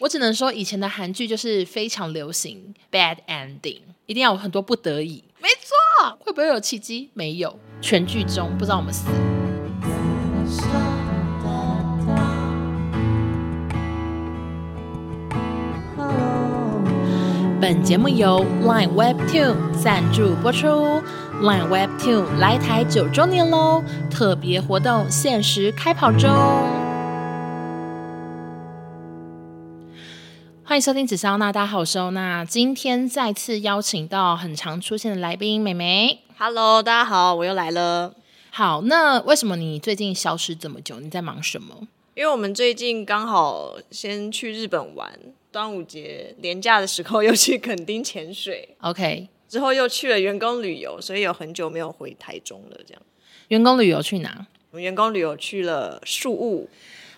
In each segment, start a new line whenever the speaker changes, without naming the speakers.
我只能说，以前的韩剧就是非常流行 bad ending，一定要有很多不得已。
没错，
会不会有契机？没有，全剧终不知道我们死。本节目由 Line Webtoon 赞助播出。Line Webtoon 来台九周年喽，特别活动限时开跑中。欢迎收听紫砂欧娜，大家好，我是欧娜。今天再次邀请到很常出现的来宾美眉。
，Hello，大家好，我又来了。
好，那为什么你最近消失这么久？你在忙什么？
因为我们最近刚好先去日本玩，端午节连假的时候又去垦丁潜水，
OK，
之后又去了员工旅游，所以有很久没有回台中了。这样，
员工旅游去哪？
我们员工旅游去了树屋，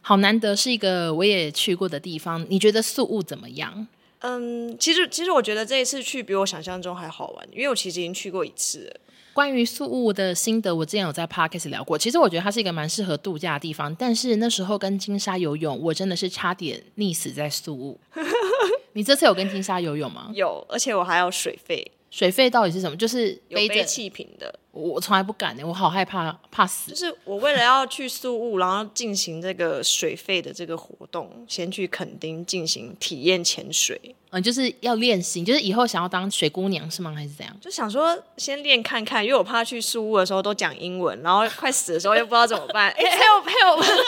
好难得是一个我也去过的地方，你觉得宿雾怎么样？
嗯，其实其实我觉得这一次去比我想象中还好玩，因为我其实已经去过一次了。
关于宿雾的心得，我之前有在 podcast 聊过。其实我觉得它是一个蛮适合度假的地方，但是那时候跟金沙游泳，我真的是差点溺死在宿 雾。你这次有跟金沙游泳吗？
有，而且我还有水费，
水费到底是什么？就是
有
背
背
着，
气瓶的。
我我从来不敢的、我好害怕，怕死
就。是我为了要去宿务，然后进行这个水费的这个活动，先去垦丁进行体验潜水，
嗯，就是要练习，就是以后想要当水姑娘是吗？还是怎样？
就想说先练看看，因为我怕去宿务的时候都讲英文，然后快死的时候又不知道怎么 办。哎、还有还有，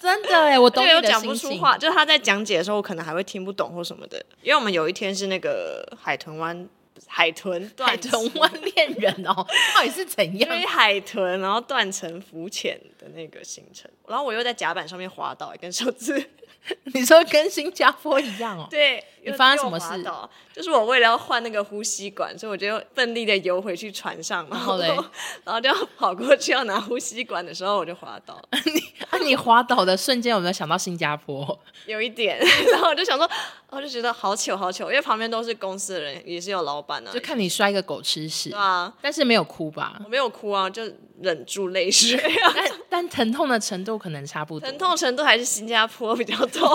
真的哎， 我懂
对，又
你的
讲
心
不出
情。
话，就是他在讲解的时候，我可能还会听不懂或什么的。因为我们有一天是那个海豚湾，不是海豚
海
断
豚湾恋人 哦，到底是怎样？
追海豚，然后断层浮潜的那个行程，然后我又在甲板上面滑倒，跟手指。
你说跟新加坡一样哦？
对，
你
又
发生
又
什么
滑
事
倒？就是我为了要换那个呼吸管，所以我就奋力的游回去船上，然
后
后
嘞
然后就要跑过去要拿呼吸管的时候，我就滑倒，
啊，你滑倒的瞬间有没有想到新加坡？
有一点， 然后我就想说，我就觉得好糗好糗，因为旁边都是公司的人，也是有老板啊
就，看你摔个狗吃屎
对，啊，
但是没有哭吧？
我没有哭啊，就忍住泪水啊，
但但疼痛的程度可能差不多。
疼。痛程度还是新加坡比较痛。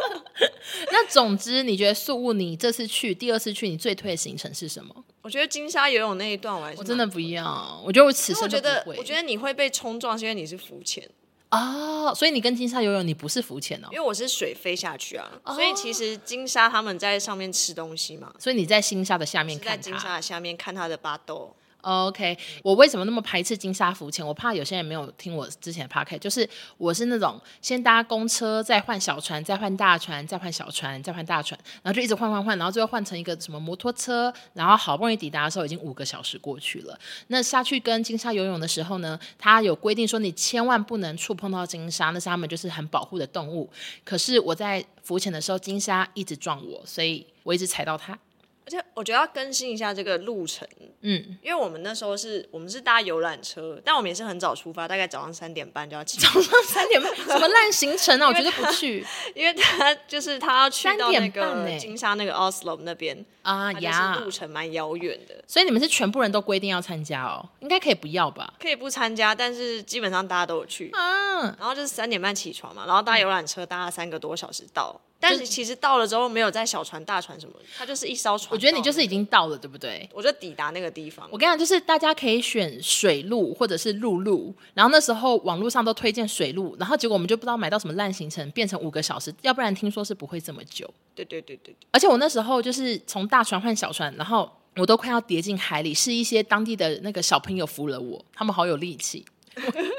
那总之，你觉得宿务你这次去第二次去，你最推的行程是什么？
我觉得金沙游泳那一段我还是
我真的
蛮。
不要，我觉得我此
因为我
生都
觉
不
得，
会。
我觉得你会被冲撞，是因为你是浮潜。
哦，所以你跟金沙游泳，你不是浮潜哦
因，为我是水飞下去啊，所以其
哦
实金沙他们在上面吃东西嘛，
所以你在金沙的下面
是在
看
金
它。
沙的下面看它的巴豆。
OK，我为什么那么排斥金沙浮潜？我怕有些人没有听我之前的 p o c a s t 就是我是那种先搭公车，再换小船，再换大船，再换小船，再换大船，然后就一直换换换，然后最后换成一个什么摩托车，然后好不容易抵达的时候已经五个小时过去了。那下去跟金沙游泳的时候呢，它有规定说你千万不能触碰到金沙，那是他们就是很保护的动物。可是我在浮潜的时候，金沙一直撞我，所以我一直踩到它。
而且我觉得要更新一下这个路程，
嗯，
因为我们那时候是我们是搭游览车，但我们也是很早出发，大概早上三点半就要起床，
三点半什么烂行程啊？我绝对不去。
因为他就是他要去到那
3:30
个
欸
金沙那个 Oslo 那边，
啊
它就是路程蛮遥远的，
所以你们是全部人都规定要参加哦，应该可以不要吧？
可以不参加，但是基本上大家都有去。
啊，嗯
然后就是三点半起床嘛，然后搭游览车搭了三个多小时到，但
就是
其实到了之后没有在小船、大船什么，它就是一艘船。
我觉得你就是已，经到了，对不对？
我就抵达那个地方
我。跟你讲，就是大家可以选水路或者是陆路，然后那时候网络上都推荐水路，然后结果我们就不知道买到什么烂行程，变成五个小时，要不然听说是不会这么久。
对对对对对，
而且我那时候就是从大船换小船，然后我都快要跌进海里，是一些当地的那个小朋友扶了我，他们好有力气。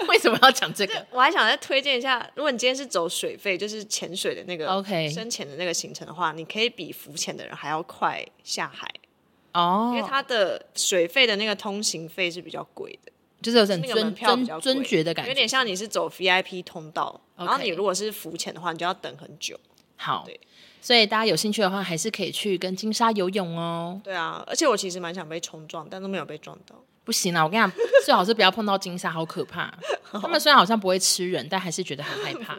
为什么要讲这个？
我还想再推荐一下，如果你今天是走水费，就是潜水的那个
OK
深潜的那个行程的话，你可以比浮潜的人还要快下海，
哦，
因为它的水费的那个通行费是比较贵的，
就是有点
那个门
尊
票比较
尊
贵
尊爵的感
有
觉。
点像你是走 VIP 通道，然后
OK
你如果是浮潜的话，你就要等很久。
好
对，
所以大家有兴趣的话，还是可以去跟金沙游泳哦。
对啊，而且我其实蛮想被冲撞，但都没有被撞到。
不行啦，我跟你讲，最好是不要碰到金沙，好可怕。他们虽然好像不会吃人，但还是觉得很害怕。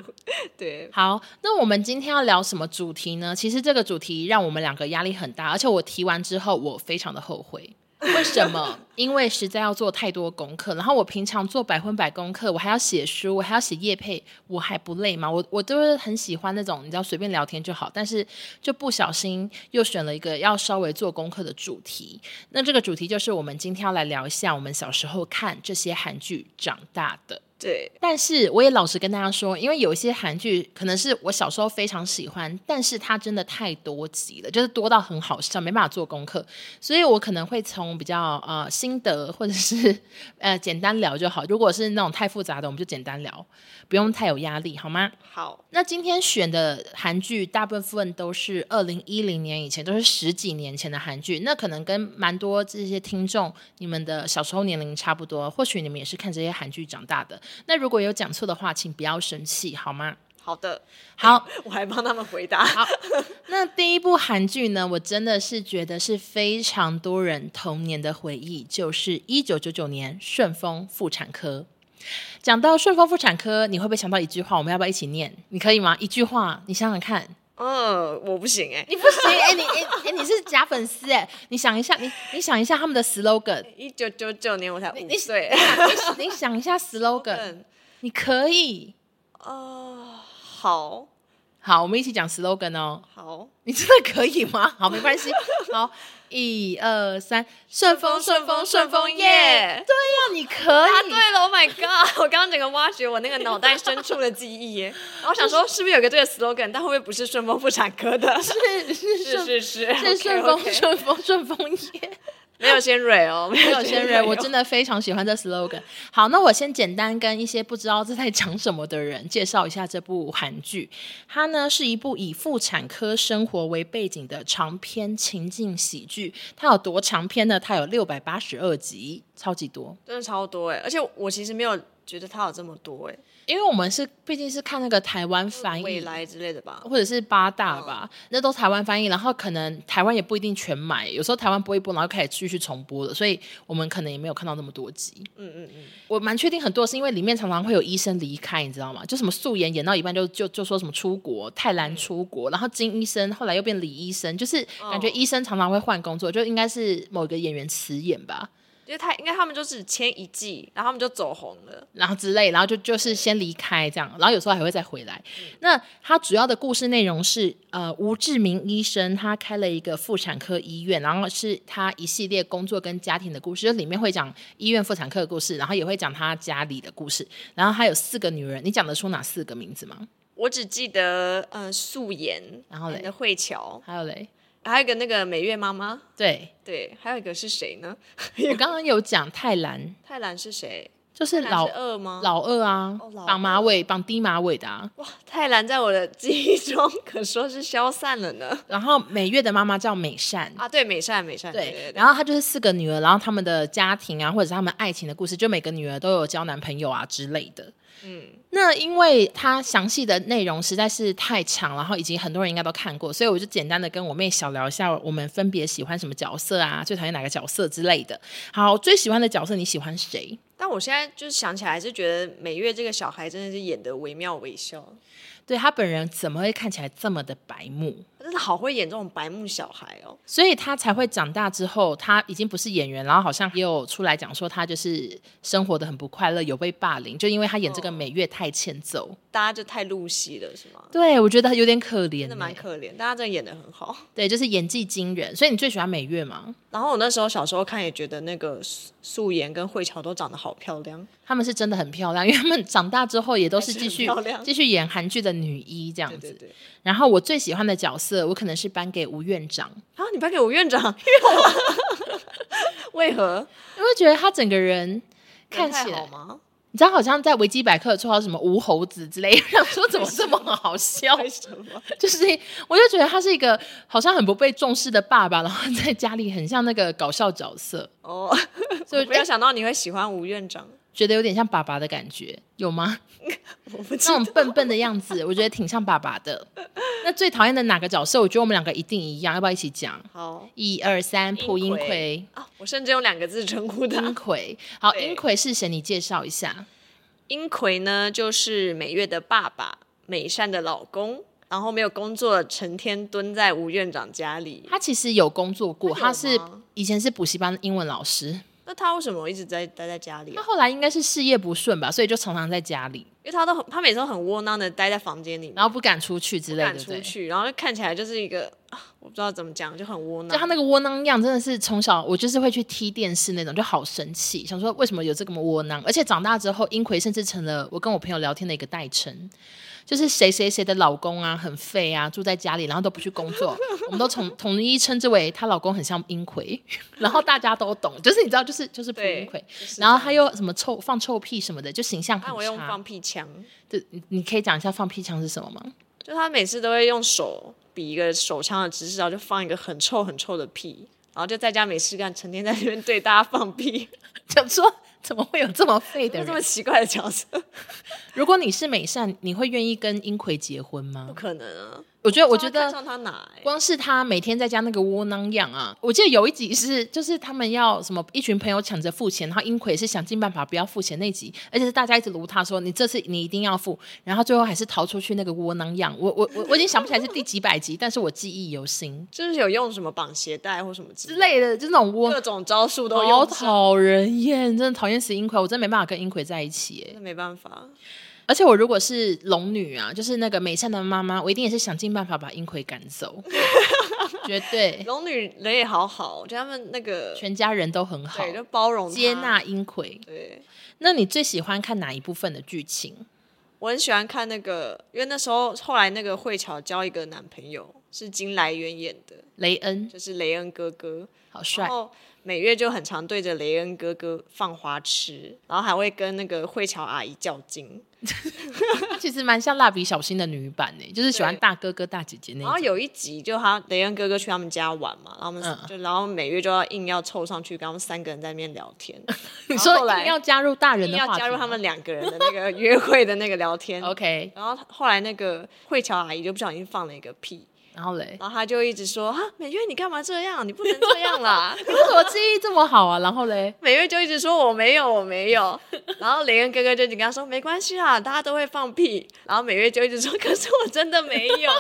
对，
好，那我们今天要聊什么主题呢？其实这个主题让我们两个压力很大，而且我提完之后，我非常的后悔。为什么？因为实在要做太多功课，然后我平常做百分百功课，我还要写书，我还要写业配，我还不累吗？我我都是很喜欢那种你知道随便聊天就好，但是就不小心又选了一个要稍微做功课的主题。那这个主题就是我们今天要来聊一下我们小时候看这些韩剧长大的。
对，
但是我也老实跟大家说，因为有一些韩剧可能是我小时候非常喜欢，但是它真的太多集了，就是多到很好笑，没办法做功课，所以我可能会从比较呃心得或者是呃简单聊就好。如果是那种太复杂的，我们就简单聊，不用太有压力，好吗？
好，
那今天选的韩剧大部分都是二零一零年以前，都是十几年前的韩剧。那可能跟蛮多这些听众你们的小时候年龄差不多，或许你们也是看这些韩剧长大的。那如果有讲错的话，请不要生气，好吗？
好的，
好，
我还帮他们回答。
好，那第一部韩剧呢，我真的是觉得是非常多人童年的回忆，就是一九九九年《顺丰妇产科》。讲到顺丰妇产科，你会不会想到一句话？我们要不要一起念？你可以吗？一句话，你想想看。
嗯，我不行哎、
你不行，哎、你哎哎、你是假粉丝哎、你想一下，你你想一下他们的 slogan，
一九九九年我才五
你
岁，
你你想一下 slogan，
嗯，
你可以。
哦，好
好，我们一起讲 slogan 哦。
好，
你真的可以吗？好，没关系。好，一二三，顺风顺风顺风耶！啊对呀、你可
答
以。
对了，Oh my god！我刚 刚整个挖掘我那个脑袋深处的记忆耶，然后我想说是不是有个这个 slogan，但会不会不是顺丰妇产科的？是
是是顺
是是，
是
OK，
顺风
OK
顺风顺风耶！
没有先蕊哦，没
没有先
蕊
瑞，
哦，
我真的非常喜欢这 slogan。好，那我先简单跟一些不知道这在讲什么的人介绍一下这部韩剧。它呢是一部以妇产科生活为背景的长篇情境喜剧。它有多长篇呢？它有六百八十二集，超级多。
真的超多哎，而且我其实没有觉得它有这么多哎，
因为我们是毕竟是看那个台湾翻
未
译。
来之类的吧。嗯
或者是八大吧，那都台湾翻译，然后可能台湾也不一定全买，有时候台湾播一播，然后开始继续重播了，所以我们可能也没有看到那么多集。
嗯嗯嗯，
我蛮确定很多是因为里面常常会有医生离开，你知道吗？就什么素颜演到一半就就就说什么出国，泰兰出国，然后金医生后来又变李医生，就是感觉
嗯哦
医生常常会换工作，就应该是某个演员辞演吧，
就是他应该他们就只签一季，然后他们就走红了。
然后之类，然后就就是先离开这样，然后有时候还会再回来。
嗯
那它主要的故事内容是，呃，吴志明医生他开了一个妇产科医院，然后是他一系列工作跟家庭的故事，就里面会讲医院妇产科的故事，然后也会讲他家里的故事。然后还有四个女人，你讲得出哪四个名字吗？
我只记得嗯、呃素颜，
然后嘞
你的慧乔，
还有嘞，
还有一个那个美月妈妈，
对
对，还有一个是谁呢？
我刚刚有讲泰兰，
泰兰是谁？
就是
泰
老
兰是二吗？
老二啊
哦老，二
绑马尾、绑低马尾的啊。
哇，泰兰在我的记忆中 可说是消散了呢。
然后美月的妈妈叫美善，
啊，对，美善，美善，对
对
对，
然后她就是四个女儿，然后她们的家庭啊，或者是她们爱情的故事，就每个女儿都有交男朋友啊之类的。嗯，那因为它详细的内容实在是太长，然后以及很多人应该都看过，所以我就简单的跟我妹小聊一下，我们分别喜欢什么角色啊，最讨厌哪个角色之类的。好，最喜欢的角色你喜欢谁？
但我现在就是想起来，是觉得美月这个小孩真的是演的惟妙惟肖，
对她本人怎么会看起来这么的白目？
她真的好会演这种白目小孩哦。
所以他才会长大之后，他已经不是演员，然后好像也有出来讲说他就是生活的很不快乐，有被霸凌，就因为他演这个美月太欠揍。
大家就太入戏了，是吗？
对，我觉得有点可怜、
真的蛮
欸。
可怜，大家真的演的很好。
对，就是演技惊人。所以你最喜欢美月吗？
然后我那时候小时候看也觉得那个素素颜跟慧乔都长得好漂亮，
他们是真的很漂亮，因为他们长大之后也都是继续
还是很漂亮
继续演韩剧的女一这样子。
对对对。
然后我最喜欢的角色，我可能是颁给吴院长，
啊，你颁给吴院长， 因为我为何
因为觉得他整个人看
人太
起来
好 吗？
你知道，好像在维基百科绰号什么吴猴子之类，我想说怎么这么好笑？
为什么？
就是我就觉得他是一个好像很不被重视的爸爸，然后在家里很像那个搞笑角色，
哦，
所以
我没有想到你会喜欢吴院长，
觉得有点像爸爸的感觉，有吗？
我不知
那种笨笨的样子，我觉得挺像爸爸的。那最讨厌的哪个角色？我觉得我们两个一定一样，要不要一起讲？
好
一二三，蒲英
英
奎
奎， 啊，我甚至用两个字称呼
英
他。
奎。好，
对
英奎是谁？你介绍一下。
英奎呢，就是美月的爸爸，美善的老公，然后没有工作，成天蹲在吴院长家里。
他其实有工作过，
他有
他是
吗
以前是补习班英文老师，
那他为什么一直在待在家里
他
啊？
后来应该是事业不顺吧，所以就常常在家里，
因为他都很，他每次都很窝囊的待在房间里面，
然后不敢出去之
不
类的，
敢
对不
出
对？
去，然后看起来就是一个，啊我不知道怎么讲，就很窝
就他
囊。
那个窝囊样，真的是从小我就是会去踢电视那种，就好生气，想说为什么有这个窝囊。而且长大之后，英奎甚至成了我跟我朋友聊天的一个代称，就是谁谁谁的老公啊，很废啊，住在家里，然后都不去工作， 我们都统统一称之为她老公很像英奎， 然后大家都懂，就是你知道，就是就是不
对
英奎。
就是这
然
样
后他又什么臭放臭屁什么的，就形象很
那我用
差
放。屁枪，
对，你你可以讲一下放屁枪是什么吗？
就他每次都会用手比一个手枪的姿势，然后就放一个很臭很臭的屁，然后就在家没事干，成天在那边对大家放屁，
想说怎么会有这么废的
就这
人
么？奇怪的角色，
如果你是美善，你会愿意跟英奎结婚吗
不？可能啊！
我觉得，我觉
看
得
上他哪、欸？
光是他每天在家那个窝囊样啊，我记得有一集是，就是他们要什么一群朋友抢着付钱，然后英奎是想尽办法不要付钱那集，而且是大家一直撸他说你这次你一定要付，然后最后还是逃出去那个窝囊样。我我我我已经想不起来是第几百集，但是我记忆犹新
就是有用什么绑鞋带或什么之
之
类的，
类的，就那种窝
各种招数都
好
用上，
讨人厌，真的讨厌死英奎，我真没办法跟英奎在一起耶
真。的没办法。
而且我如果是龙女啊，就是那个美善的妈妈，我一定也是想尽办法把英奎赶走，绝对。
龙女人也好好，我觉得他们那个
全家人都很好，
对就包容他
接纳，英奎。
对。
那你最喜欢看哪一部分的剧情？
我很喜欢看那个，因为那时候后来那个慧乔交一个男朋友是金来源演的，
雷恩
就是雷恩哥哥，
好
然
帅，
后每月就很常对着雷恩哥哥放花痴，然后还会跟那个慧乔阿姨较劲。
他其实蛮像蜡笔小新的女版呢、欸就是喜欢
对
大哥哥大姐姐那
然后
种。
有一集就他雷恩哥哥去他们家玩嘛，然后他们、
嗯
就然后每月就要硬要凑上去跟他们三个人在那边聊天，
你
然后
说
后来
一定要加入大人
硬
的
要
话题吗，哦
加入他们两个人的那个约会的那个聊天。
OK，
然后后来那个慧乔阿姨就不小心放了一个屁，
然后嘞，
然后他就一直说啊美月你干嘛这样？你不能这样啦！
你为什么记忆这么好啊？然后嘞，
美月就一直说我没有，我没有。 然后雷恩哥哥就一直跟他说没关系啊啦，大家都会放屁。然后美月就一直说 可是我真的没有。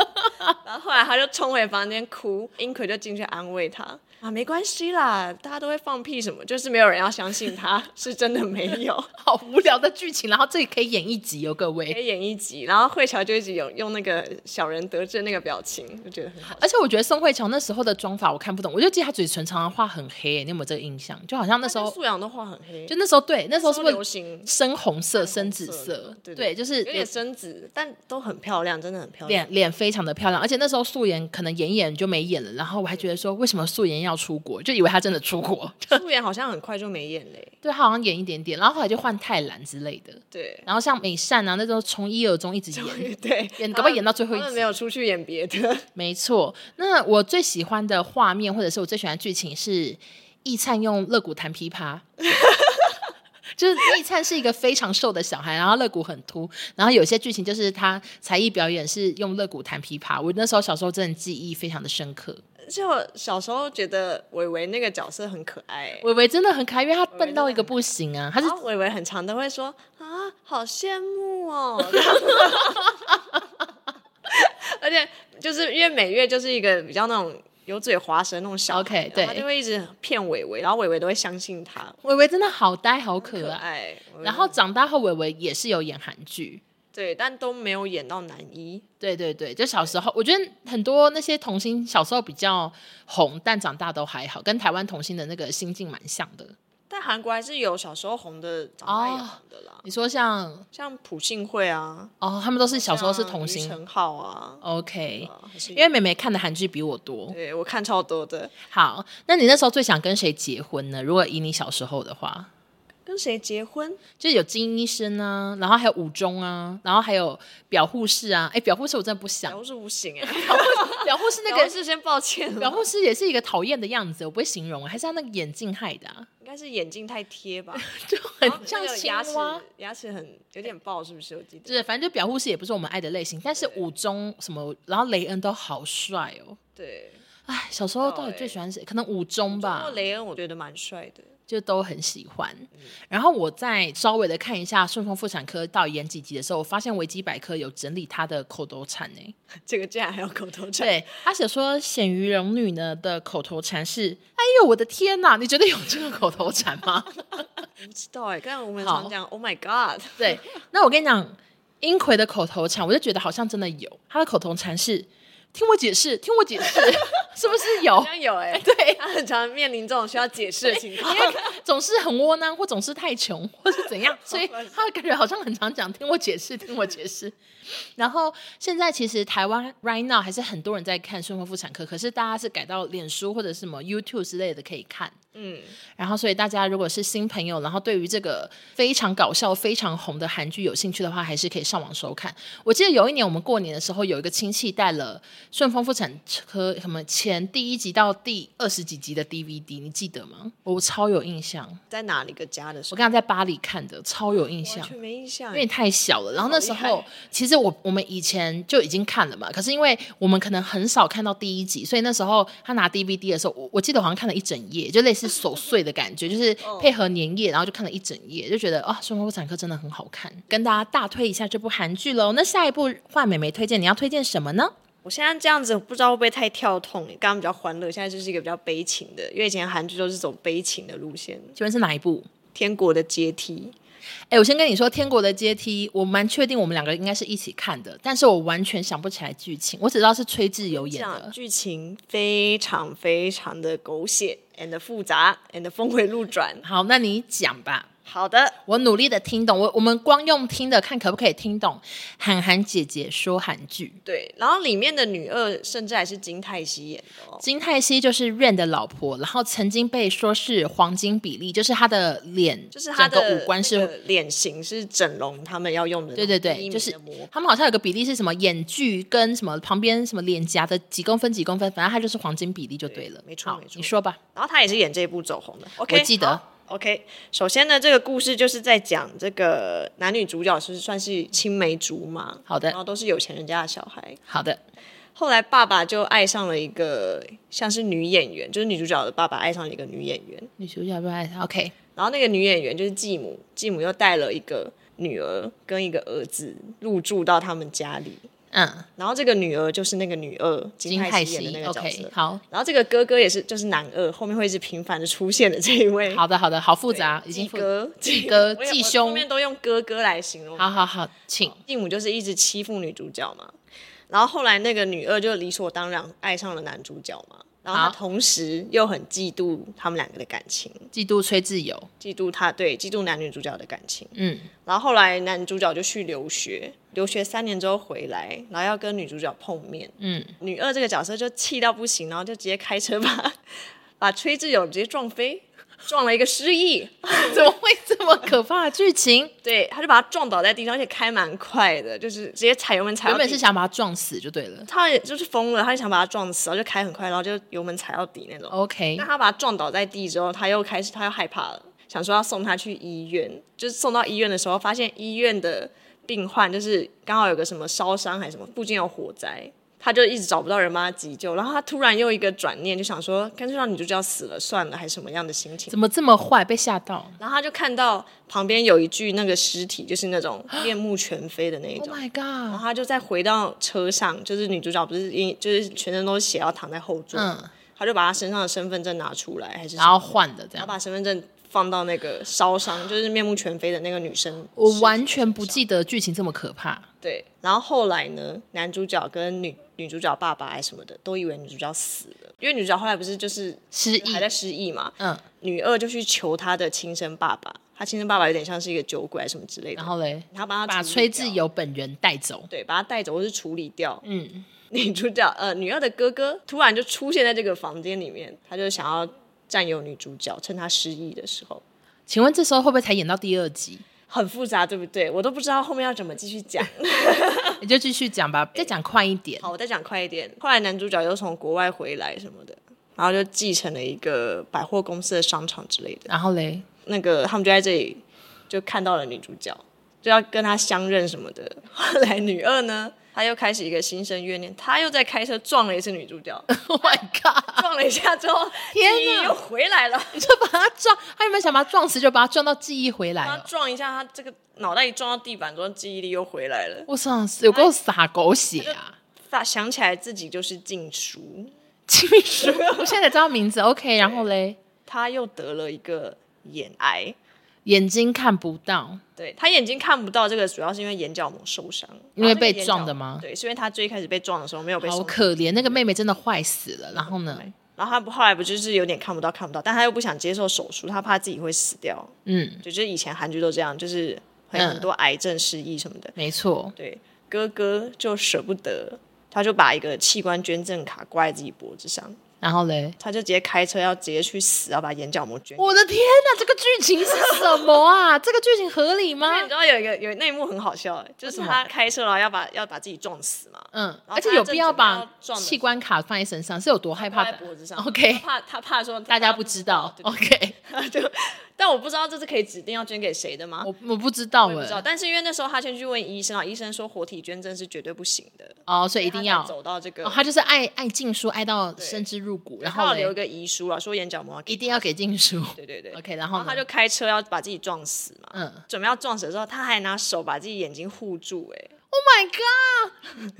然后后来他就冲回房间哭，英奎就进去安慰他啊，没关系啦，大家都会放屁什么，就是没有人要相信他 是真的没 有。
好无聊的剧情，然后这里可以演一集哦，各
可
位。
以演一集，然后慧乔就一直有用那个小人得志那个表情，就觉得很好。
而且我觉得宋慧乔那时候的妆法我看不懂，我就记得她嘴唇常常画很黑、欸你有没有这个印象？就好像那时候，
素养都画很黑，
就那时候对，那时候是不
流
是
行
深红色、
深
深
红
紫
色
色？
对
对，就是
有点深紫，但都很漂亮，真的很漂亮。
脸脸非常的漂亮，而且那时候素颜可能演一演就没演了，然后我还觉得说为什么素颜要出国，就以为她真的出国，
素颜好像很快就没演嘞、
对她好像演一点点，然后后来就换泰兰之类的，
对
然后像美善啊那时候从一而终一直 演，
对，
演
他
搞不好
们
演到最后一
他们
集
没有出去演别的。
没错。那我最喜欢的画面或者是我最喜欢的剧情是易灿用肋骨弹琵 琶。就是易灿是一个非常瘦的小孩，然后肋骨很凸，然后有些剧情就是他才艺表演是用肋骨弹琵琶。我那时候小时候真的记忆非常的深刻。
就小时候觉得伟伟那个角色很可爱、欸。
伟伟真的很可爱，因为他笨到一个不行啊！他是
然后伟伟很常都会说啊，好羡慕哦。 而且就是因为美月就是一个比较那种油嘴滑舌那种小孩
OK，
然后
对
他就会一直骗伟伟，然后伟伟都会相信他，
伟伟真的好呆好可
可
爱。
爱。伟伟
然后长大后，伟伟也是有演韩剧。
对，但都没有演到男一。
对对对，就小时候，我觉得很多那些童星小时候比较红，但长大都还好，跟台湾童星的那个心境蛮像的。
但韩国还是有小时候红的，长大
哦
也红的啦。
你说像
像朴信惠啊，
哦，他们都是小时候是童
像
星
余承浩啊，
，OK。
啊还是
因为妹妹看的韩剧比我多。
对我看超多的。
好，那你那时候最想跟谁结婚呢？如果以你小时候的话，
跟谁结婚？
就是有金医生啊，然后还有武中啊，然后还有表护士啊。哎，表护士我真的不想
表，护是不行哎、
表护士 那
表护
个
是先抱歉
表
了，
护士也是一个讨厌的样子，我不会形容，还是他那个眼镜害的、啊，
应该是眼镜太贴吧，
就
然后
很像
哦那个
青
牙齿
蛙。，
牙齿很有点爆，是不是？我记
就
得。
是反正就表护士也不是我们爱的类型，但是武中什么，然后雷恩都好帅哦。
对，
哎，小时候
不知道
到底
欸
最喜欢谁？可能武中
不过
吧。
雷恩我觉得蛮帅的，
就都很喜欢。
嗯
然后我再稍微的看一下顺丰妇产科到底演几集的时候，我发现维基百科有整理它的口头禅欸呢、
这个竟然还有口 头禅，
对，他写说显鱼龙女呢的口头禅是“哎呦我的天呐，你觉得有这个口头禅吗？
不知道哎。刚才我们
好
常讲 “Oh my God”，
对，那我跟你讲，英奎的口头禅，我就觉得好像真的有。他的口头禅是“听我解释，听我解 释”，是不是
好
有？
像有哎。
对，
他很常面临这种需要解释的情况。
总是很窝囊，或总是太穷，或是怎 样，所以他感觉好像很常讲“听我解释，听我解释”。然后现在其实台湾 right now 还是很多人在看顺丰妇产科，可是大家是改到脸书或者是什么 YouTube 之类的可以看。
嗯，
然后，所以大家如果是新朋友，然后对于这个非常搞笑、非常红的韩剧有兴趣的话，还是可以上网收看。我记得有一年我们过年的时候，有一个亲戚带了《顺丰妇产科》什么前第一集到第二十几集的 DVD，你记得吗？我超有印象，
在哪里个家的时
我
候，
刚刚在巴黎看的，超有印
完
象。
全没印象
因为
哎。
太小了，然后那时
好厉
候其实我我们以前就已经看了嘛，可是因为我们可能很少看到第一集，所以那时候他拿 DVD 的时候，我我记得我好像看了一整夜，就类似琐碎的感
嗯
觉，就是配合年夜，然后就看了一整夜，就觉得啊，《生活妇产科》真的很好看，跟大家大推一下这部韩剧喽。那下一部换美眉推荐，你要推荐什么呢？
我现在这样子，不知道会不会太跳痛？刚刚比较欢乐，现在就是一个比较悲情的，因为以前韩剧都是走悲情的路线，
请问是哪一部？
《天国的阶梯
哎，我先跟你说，《天国的阶梯》，我蛮确定我们两个应该是一起看的，但是我完全想不起来剧情，我只知道是崔智友》
这
演的
样。剧情非常非常的狗血，and 复杂，and 峰回路转。
好，那你讲吧。
好的，
我努力的听懂，我我们光用听的看可不可以听懂韩寒姐姐说韩剧。
对，然后里面的女二甚至还是金泰熙演的哦。
金泰熙就是 Rain 的老婆，然后曾经被说是黄金比例，就是她的脸，
就是她
整
的
个五官是
那个脸型是整容他们要用的那
对
种
对
第
对，
一
就
名
是
的模
他们好像有个比例是什么眼距跟什么旁边什么脸颊的几公分几公分，反正她就是黄金比例就对了。
对没错
好
没错
你说吧
然后他也是演这一部走红的。OK，
我记得
好。OK，首先呢，这个故事就是在讲这个男女主角是算是青梅竹马，
好的
然后都是有钱人家的小孩。
好的，
后来爸爸就爱上了一个像是女演员，就是女主角的爸爸爱上了一个女演员，
女主角不爱她，OK，
然后那个女演员就是继母，继母又带了一个女儿跟一个儿子入住到他们家里，
嗯，
然后这个女儿就是那个女二金
金
泰
泰
熙演的
熙
那个角色
，OK，。好。
然后这个哥哥也是，就是男二，后面会一直频繁的出现的这一位。
好的，好的，好复杂，啊已经
继
复杂。
哥、 继
哥
我也
继
我
兄
后面都用哥哥来形容。
好好好，请。
继母就是一直欺负女主角嘛，然后后来那个女二就理所当然爱上了男主角嘛，然后她
好
同时又很嫉妒他们两个的感情，
嫉妒崔智友，
嫉妒他对嫉妒男女主角的感情。
嗯，
然后后来男主角就去留学，留学三年之后回来，然后要跟女主角碰面。
嗯，
女二这个角色就气到不行，然后就直接开车把 把崔智友直接撞飞，撞了一个失忆。
怎么 会这么可怕的剧情？
对，他就把他撞倒在地上，而且开蛮快的，就是直接踩油门踩
原
到
本
底。
是想把他撞死就对了。
他也就是疯了，他就想把他撞死，然后就开很快，然后就油门踩到底那种。
OK，
那他把他撞倒在地之后，他又开始，他又害怕了，想说要送他去医院。就是送到医院的时候，发现医院的病患就是刚好有个什么烧伤还是什么，附近有火灾，他就一直找不到人帮他急救。然后他突然又一个转念，就想说干脆让女主角死了算了，还是什么样的心情？
怎么这么坏？被吓到
然后他就看到旁边有一具那个尸体，就是那种面目全非的那一
！Oh
种。
my
然
god！
后他就再回到车上，就是女主角不是因就是全身都是血，要躺在后座，
嗯，
他就把他身上的身份证拿出来，还是什
然
么
后换的这
然
样，
后把身份证放到那个烧伤，就是面目全非的那个女生。
我完全不记得剧情这么可怕。
对。然后后来呢，男主角跟女女主角爸爸还什么的，都以为女主角死了，因为女主角后来不是就是
失忆
还，在失忆嘛。
嗯，
女二就去求她的亲生爸爸，她亲生爸爸有点像是一个酒鬼还是什么之类的
然，后嘞，
他帮
嗯
他
把
处理
崔
掉
智友本人带走。
对，把他带走或是处理掉。
嗯，
女主角呃女二的哥哥突然就出现在这个房间里面，他就想要占有女主角，趁她失忆的时候，
请问这时候会不会才演到第二集？
很复杂，对不对？我都不知道后面要怎么继续讲。
你就继续讲吧，再讲快一点。
好，我再讲快一点。后来男主角又从国外回来什么的，然后就继承了一个百货公司的商场之类的。
然后嘞，
那个他们就在这里 就看到了女主角，就要跟她相认什么的。后来女二呢，他又开始一个心生怨念，他又在开车撞了一次女主角，
Oh my god！
撞了一下之后，
天哪
记忆又回来 了。
你就把他撞，他有没有想把他撞死，就把他撞到记忆回来
他
了？
撞一下，他这个脑袋一撞到地板之后，记忆力又回来了。
我操，有够撒狗血 啊！
他想起来自己就是禁书，
亲密书，我现在才知道名字。OK，然后嘞，
他又得了一个眼癌。
眼睛看不到，
对他眼睛看不到，这个主要是因为眼角膜受伤，啊
因为
然后这个
被
眼角
撞的吗
对，是因为他最一开始被撞的时候没有被
好
受伤，
可怜，那个妹妹真的坏死了。然后呢，
然后他不后来不就是有点看不到看不到，但他又不想接受手术，他怕自己会死掉。
嗯，
就就是以前韩剧都这样，就是很
嗯
很多癌症、失忆什么的。
没错，
对，哥哥就舍不得，他就把一个器官捐赠卡挂在自己脖子上，
然后嘞，
他就直接开车要直接去死，要把眼角膜捐。
我的天哪，这个剧情是什么 啊？这个剧情合理吗
那？你知道有一个有那一幕很好笑、欸，就是
为什么
他开车然后要把要把自己撞死嘛，
嗯，
后
而且有必要
他正
把
准备要撞的
器官卡放在身上，是有多害
挂
怕
在
的
脖子上。
？OK，
他怕他怕说
大家不知道。
对
OK，
就，但我不知道这是可以指定要捐给谁的吗？
我我不知道
不知道，
哎，
但是因为那时候他先去问医生啊，医生说活体捐赠是绝对不行的，
哦，所以一定要
他才。走到这个，
哦，他就是爱爱禁书，爱到深之入骨，然
他
后
有留
嘞
一个遗书啊，说眼角膜要
一
给，
定要给禁书。
对对对
OK，然
然
后
后
呢
他就开车要把自己撞死嘛，
嗯
准备要撞死的时候，他还拿手把自己眼睛护住、哎
，Oh my god，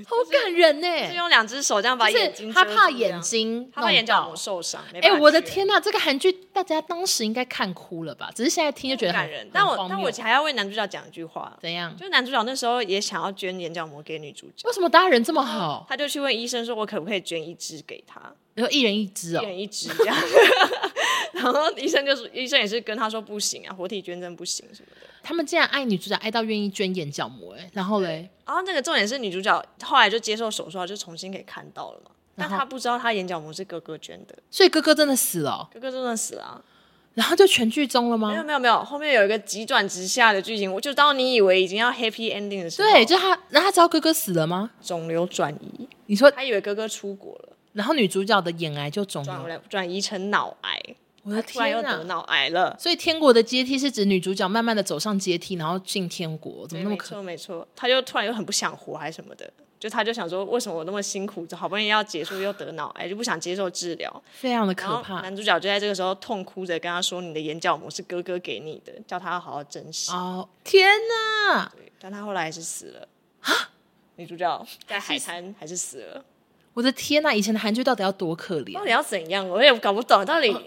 好感人呢、
哎，就用两只手这样把眼
就是
睛，
他怕眼，睛，
他怕眼角膜。受伤，哎
哎、我的。天呐、这个韩剧大家当时应该看哭了吧？只是现在听就觉得很
感人，但
很
我
荒
但
谬
我还要为男主角讲一句话，
怎样？
就男主角那时候也想要捐眼角膜给女主角，
为什么大家人这么好？
他就去问医生说：“我可不可以捐一支给他？
然后一人一只
一
哦，
人一支这样。” 然后医生就是医生也是跟他说：“不行啊，活体捐赠不行什么的。
他们竟然爱女主角爱到愿意捐眼角膜哎、然后嘞，”
然后那个重点是女主角后来就接受手术后就重新给看到了嘛，但
然后
她不知道她眼角膜是哥哥捐的，
所以哥哥真的死了哦、
哥哥真的死了啊、
然后就全剧终了
没有
吗？
没有没有，后面有一个急转直下的剧情，我就当你以为已经要 happy ending 的时候，
对，就他，然后他知道哥哥死了吗？
肿瘤转移，
你说，
他以为哥哥出国了，
然后女主角的眼癌就肿
转
了，
来转移成脑癌，
我的
突然
嗯
又
天呐！
得脑癌了。
所以天国的阶梯是指女主角慢慢的走上阶梯，然后进天国，怎么那么
没
可
错没错，他就突然又很不想活还是什么的，就他就想说，为什么我那么辛苦，好不容易要结束又得脑癌，就不想接受治疗。
非常的
然
可
后
怕
男主角就在这个时候痛哭着跟他说：“你的眼角膜是哥哥给你的，叫他好好珍惜。
哦！天呐！
对，但他后来还是死了。
啊
女主角在海滩还是死了，
我的天呐！以前的韩剧到底要多可怜啊
到？底要怎样？我也搞不懂，到底
哦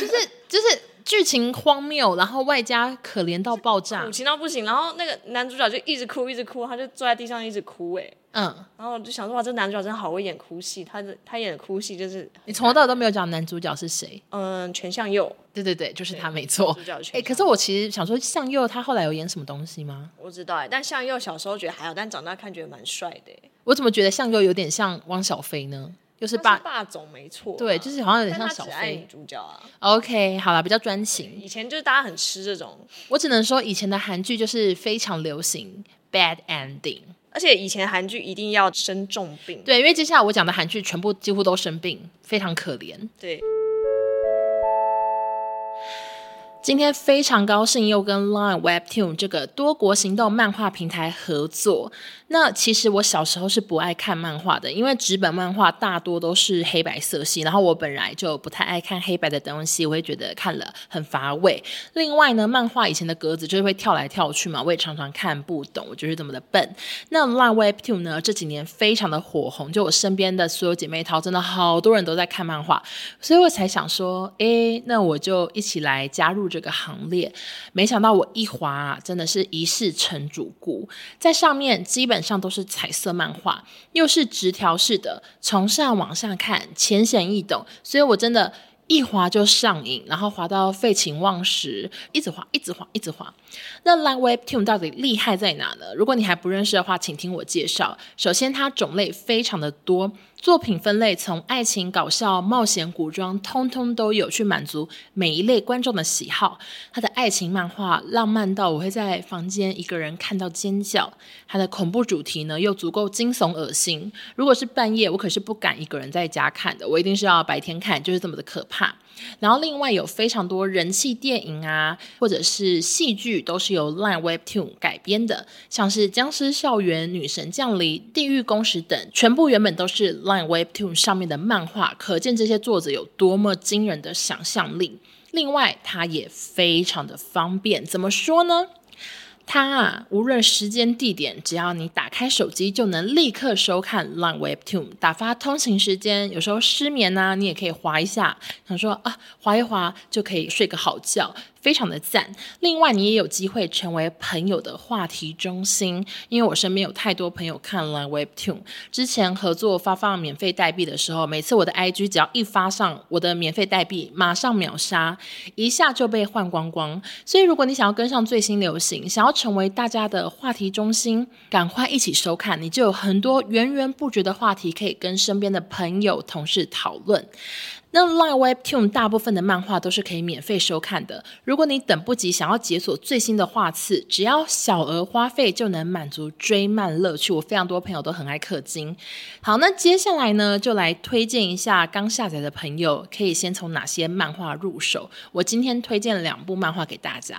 就是就是剧情荒谬，然后外加可怜到爆炸
母。亲到不行。然后那个男主角就一直哭，一直哭，他就坐在地上一直哭、哎，
嗯，
然后我就想说，哇，这男主角真的好会演哭戏，他的他演的哭戏就是，
你从头到尾都没有讲男主角是谁。
嗯，全向右。
对对对，就是他没错
主。角的
哎、
全
可
向
是我其实想说，向右他后来有演什么东西吗？
我知道哎、但向右小时候觉得还好，但长大看觉得蛮帅的、欸。
我怎么觉得向右有点像汪小菲呢？就是
他
霸
是霸总没错啊、
对，就是好像有点
但
像
他
小
只爱女
菲。
主角啊。
OK，好了，比较专情。
以前就是大家很吃这种，
我只能说，以前的韩剧就是非常流行 bad ending。
而且以前韩剧一定要生重病。
对，因为接下来我讲的韩剧全部几乎都生病，非常可怜。
对，
今天非常高兴又跟 Line Webtoon 这个多国行动漫画平台合作。那其实我小时候是不爱看漫画的，因为纸本漫画大多都是黑白色系，然后我本来就不太爱看黑白的东西，我会觉得看了很乏味。另外呢，漫画以前的格子就是会跳来跳去嘛，我也常常看不懂，我就是这么的笨。那 Line Webtoon 呢，这几年非常的火红，就我身边的所有姐妹淘，真的好多人都在看漫画，所以我才想说，诶，那我就一起来加入这个行列。没想到我一滑、啊，真的是一世成主顾，在上面基本上都是彩色漫画，又是直条式的，从上往下看，浅显易懂，所以我真的。一滑就上瘾，然后滑到废寝忘食，一直滑，一直滑，一直滑。那 Line Webtoon 到底厉害在哪呢？如果你还不认识的话，请听我介绍。首先，它种类非常的多，作品分类从爱情、搞笑、冒险、古装，通通都有，去满足每一类观众的喜好。它的爱情漫画浪漫到我会在房间一个人看到尖叫，它的恐怖主题呢又足够惊悚恶心。如果是半夜，我可是不敢一个人在家看的，我一定是要白天看，就是这么的可怕。怕。然后另外有非常多人气电影啊，或者是戏剧，都是由 Line Webtoon 改编的，像是《僵尸校园》《女神降临》《地狱公使》等，全部原本都是 Line Webtoon 上面的漫画，可见这些作者有多么惊人的想象力。另外，它也非常的方便，怎么说呢？它啊，无论时间地点，只要你打开手机，就能立刻收看 Line Webtoon，打发通勤时间。有时候失眠呐、你也可以划一下，想说啊，划一划就可以睡个好觉，非常的赞。另外，你也有机会成为朋友的话题中心，因为我身边有太多朋友看 Line Webtoon。之前合作发放免费代币的时候，每次我的 IG 只要一发上我的免费代币，马上秒杀，一下就被换光光。所以，如果你想要跟上最新流行，想要成为大家的话题中心，赶快一起收看，你就有很多源源不绝的话题可以跟身边的朋友、同事讨论。那 Line Webtoon 大部分的漫画都是可以免费收看的。如果你等不及想要解锁最新的画次，只要小额花费就能满足追漫乐趣。我非常多朋友都很爱氪金。好，那接下来呢，就来推荐一下刚下载的朋友可以先从哪些漫画入手。我今天推荐两部漫画给大家。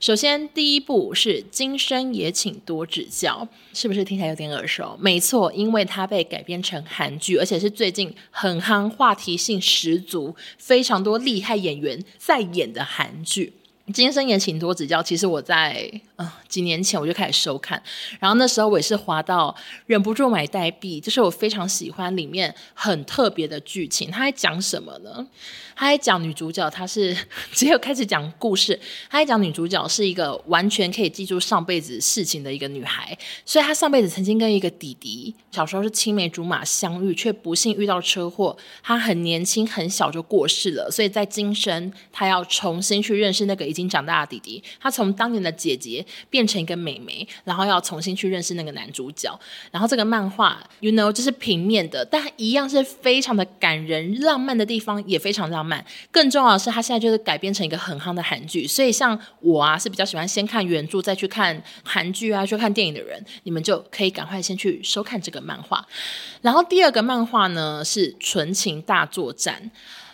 首先，第一部是《今生也请多指教》，是不是听起来有点耳熟？没错，因为它被改编成韩剧，而且是最近很夯、话题性十足、非常多厉害演员在演的韩剧。今生也请多指教。其实我在呃几年前我就开始收看，然后那时候我也是滑到忍不住买代币，就是我非常喜欢里面很特别的剧情。它在讲什么呢？它在讲女主角，她是 只有开始讲故事，它在讲女主角是一个完全可以记住上辈子事情的一个女孩，所以她上辈子曾经跟一个弟弟小时候是青梅竹马相遇，却不幸遇到车祸，她很年轻很小就过世了，所以在今生她要重新去认识那个已经长大的弟弟，她从当年的姐姐变成一个妹妹，然后要重新去认识那个男主角。然后这个漫画，you know，就是平面的，但一样是非常的感人，浪漫的地方也非常浪漫。更重要的是，它现在就是改编成一个很夯的韩剧，所以像我啊是比较喜欢先看原著，再去看韩剧啊，去看电影的人，你们就可以赶快先去收看这个漫画。然后第二个漫画呢是《纯情大作战》，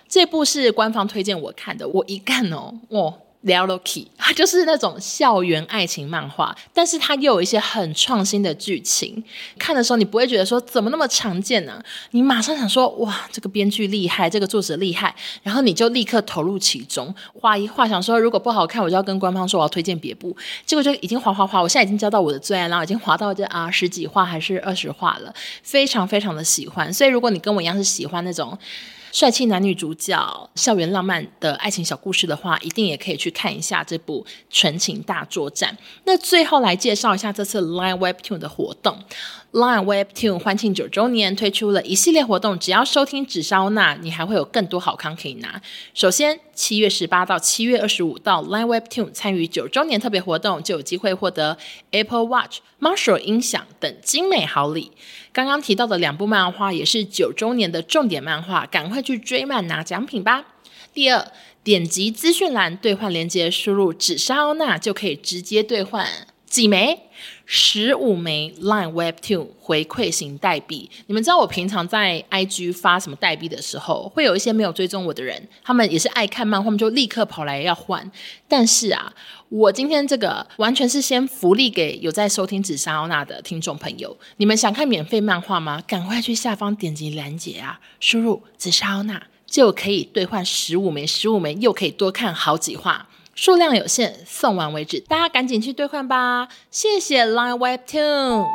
这部是官方推荐我看的，我一看哦，哦。聊 Loki，它就是那种校园爱情漫画，但是它又有一些很创新的剧情。看的时候，你不会觉得说怎么那么常见呢、你马上想说哇，这个编剧厉害，这个作者厉害，然后你就立刻投入其中，画一画，想说如果不好看，我就要跟官方说我要推荐别部。结果就已经滑滑滑，我现在已经交到我的最爱，然后已经滑到这啊十几话还是二十话了，非常非常的喜欢。所以如果你跟我一样是喜欢那种。帅气男女主角、校园浪漫的爱情小故事的话，一定也可以去看一下这部《纯情大作战》。那最后来介绍一下这次 Line Webtoon 的活动。Line Webtoon 欢庆九周年推出了一系列活动，只要收听纸烧那，你还会有更多好康可以拿。首先，七月十八到七月二十五到 Line Webtoon 参与九周年特别活动，就有机会获得 Apple Watch、Marshall 音响等精美好礼。刚刚提到的两部漫画也是九周年的重点漫画，赶快去追漫拿奖品吧。第二，点击资讯栏兑换链接，输入“纸莎欧娜”就可以直接兑换几枚？十五枚 Line Webtoon 回馈型代币。你们知道我平常在 IG 发什么代币的时候，会有一些没有追踪我的人，他们也是爱看漫画，他们就立刻跑来要换。但是啊，我今天这个完全是先福利给有在收听紫砂欧娜的听众朋友。你们想看免费漫画吗？赶快去下方点击链接啊，输入紫砂欧娜就可以兑换十五枚，十五枚又可以多看好几话。数量有限，送完为止，大家赶紧去兑换吧！谢谢 Line Webtoon。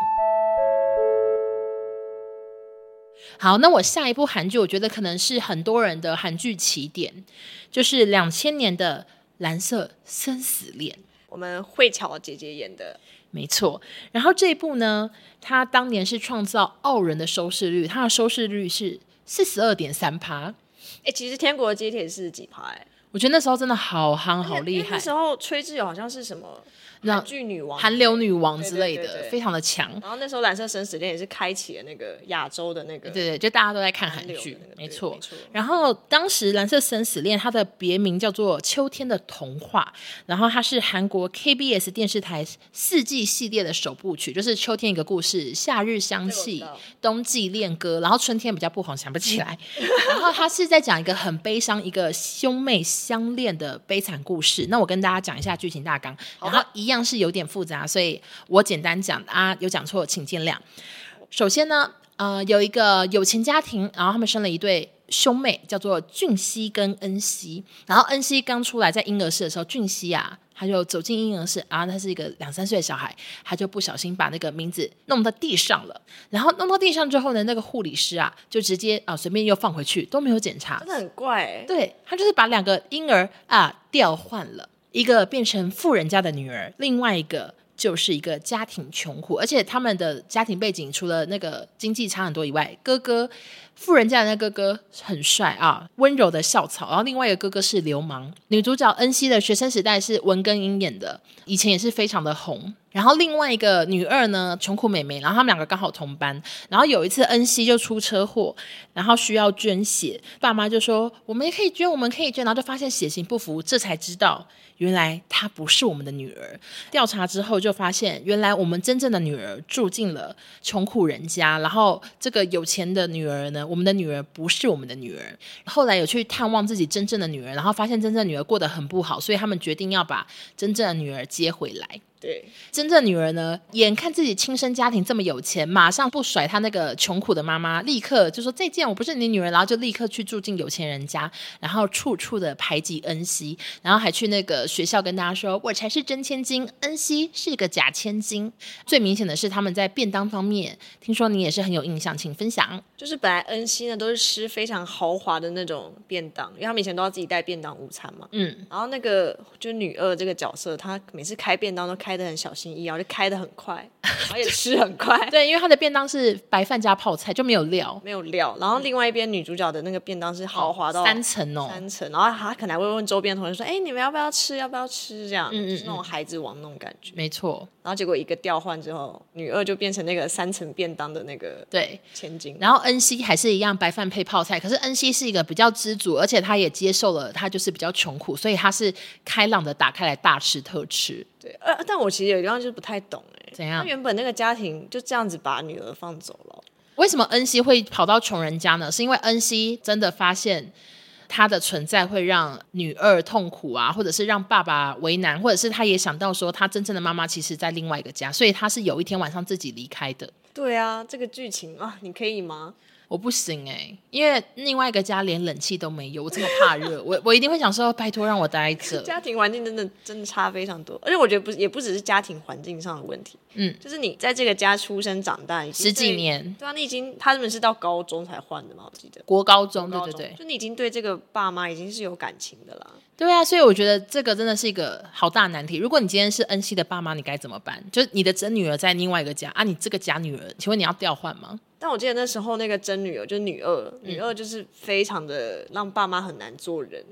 好，那我下一部韩剧，我觉得可能是很多人的韩剧起点，就是两千年的《蓝色生死恋》。
我们慧乔姐姐演的，
没错，然后这一部呢，它当年是创造傲人的收视率，它的收视率是四十二点三趴，
哎、其实《天国的阶铁》是几排？欸
我觉得那时候真的好夯，好
因
厉
为
害
那。时候崔智友好像是什么
那
剧女王、
韩流女王之
对对
类
对
的，
对
非常的强。
然后那时候《蓝色生死恋》也是开启了那个亚洲的那个
对对，就大家都在看韩
韩流的
剧
那个，对
没
没
错。
错
然后当时《蓝色生死恋》它的别名叫做《秋天的童话》，然后它是韩国 KBS 电视台四季系列的首部曲，就是秋天一个故事，夏日相
这
系
个我知道，
冬季恋歌，然后春天比较不红，想不起 来。然后它是在讲一个很悲伤，一个兄妹相恋的悲惨故事。那我跟大家讲一下剧情大纲，然后一样是有点复杂，所以我简单讲啊，有讲错请见谅。首先呢，呃，有一个友情家庭，然后他们生了一对兄妹，叫做俊熙跟恩熙。然后恩熙刚出来在婴儿室的时候，俊熙啊，他就走进婴儿室，啊，他是一个两三岁的小孩，他就不小心把那个名字弄到地上了。然后弄到地上之后呢，那个护理师啊，就直接啊随便又放回去，都没有检查
真。的很怪、欸。
对他就是把两个婴儿啊调换了，一个变成富人家的女儿，另外一个就是一个家庭穷苦，而且他们的家庭背景除了那个经济差很多以外，哥哥富人家的那哥哥很帅啊，温柔的校草，然后另外一个哥哥是流氓。女主角恩熙的学生时代是文根英演的，以前也是非常的红。然后另外一个女二呢，穷苦妹妹，然后他们两个刚好同班。然后有一次恩熙就出车祸，然后需要捐血，爸妈就说我们也可以捐，我们可以捐，然后就发现血型不符，这才知道原来她不是我们的女儿。调查之后就发现，原来我们真正的女儿住进了穷苦人家，然后这个有钱的女儿呢，我们的女儿不是我们的女儿。后来有去探望自己真正的女儿，然后发现真正的女儿过得很不好，所以他们决定要把真正的女儿接回来。
对，
真正女儿呢，眼看自己亲生家庭这么有钱，马上不甩她那个穷苦的妈妈，立刻就说再见，我不是你女儿，然后就立刻去住进有钱人家，然后处处的排挤恩熙，然后还去那个学校跟大家说，我才是真千金，恩熙是个假千金。最明显的是他们在便当方面，听说你也是很有印象，请分享。
就是本来恩熙呢都是吃非常豪华的那种便当，因为他们以前都要自己带便当午餐嘛。
嗯，
然后那个就是女二这个角色，她每次开便当都开的很小心翼翼，然后就开的很快，然后也吃很快，
对，因为他的便当是白饭加泡菜，就没有料，
没有料。然后另外一边女主角的那个便当是豪华到
三层哦，
三层，然后她可能还会问周边同学说：“哎、你们要不要吃？要不要吃？”这样，
嗯
就是那种孩子王那种感觉。
没错，
然后结果一个调换之后，女二就变成那个三层便当的那个
对。
千金。
然后恩熙还是一样白饭配泡菜，可是恩熙是一个比较知足，而且他也接受了他就是比较穷苦，所以他是开朗的打开来大吃特吃。
对，呃，但我其实有一方就是不太懂哎、
怎
他
样？
原本那个家庭就这样子把女儿放走了，
为什么恩熙会跑到穷人家呢？是因为恩熙真的发现他的存在会让女二痛苦啊，或者是让爸爸为难，或者是他也想到说他真正的妈妈其实在另外一个家，所以他是有一天晚上自己离开的。
对啊，这个剧情啊，你可以吗？
我不行哎、因为另外一个家连冷气都没有，我这么怕热，我我一定会想说，拜托让我待着。
家庭环境真的真的差非常多，而且我觉得不也不只是家庭环境上的问题，
嗯，
就是你在这个家出生长大已经
十几
对，
年，
对啊，你已经他们是到高中才换的嘛，我记得。
国高中，对
高
对
中
对，
就你已经对这个爸妈已经是有感情的啦。
对啊，所以我觉得这个真的是一个好大难题。如果你今天是恩熙的爸妈，你该怎么办？就是你的真女儿在另外一个家啊，你这个假女儿，请问你要调换吗？
但我记得那时候那个真女儿，就是女二，
嗯
女二就是非常的让爸妈很难做人，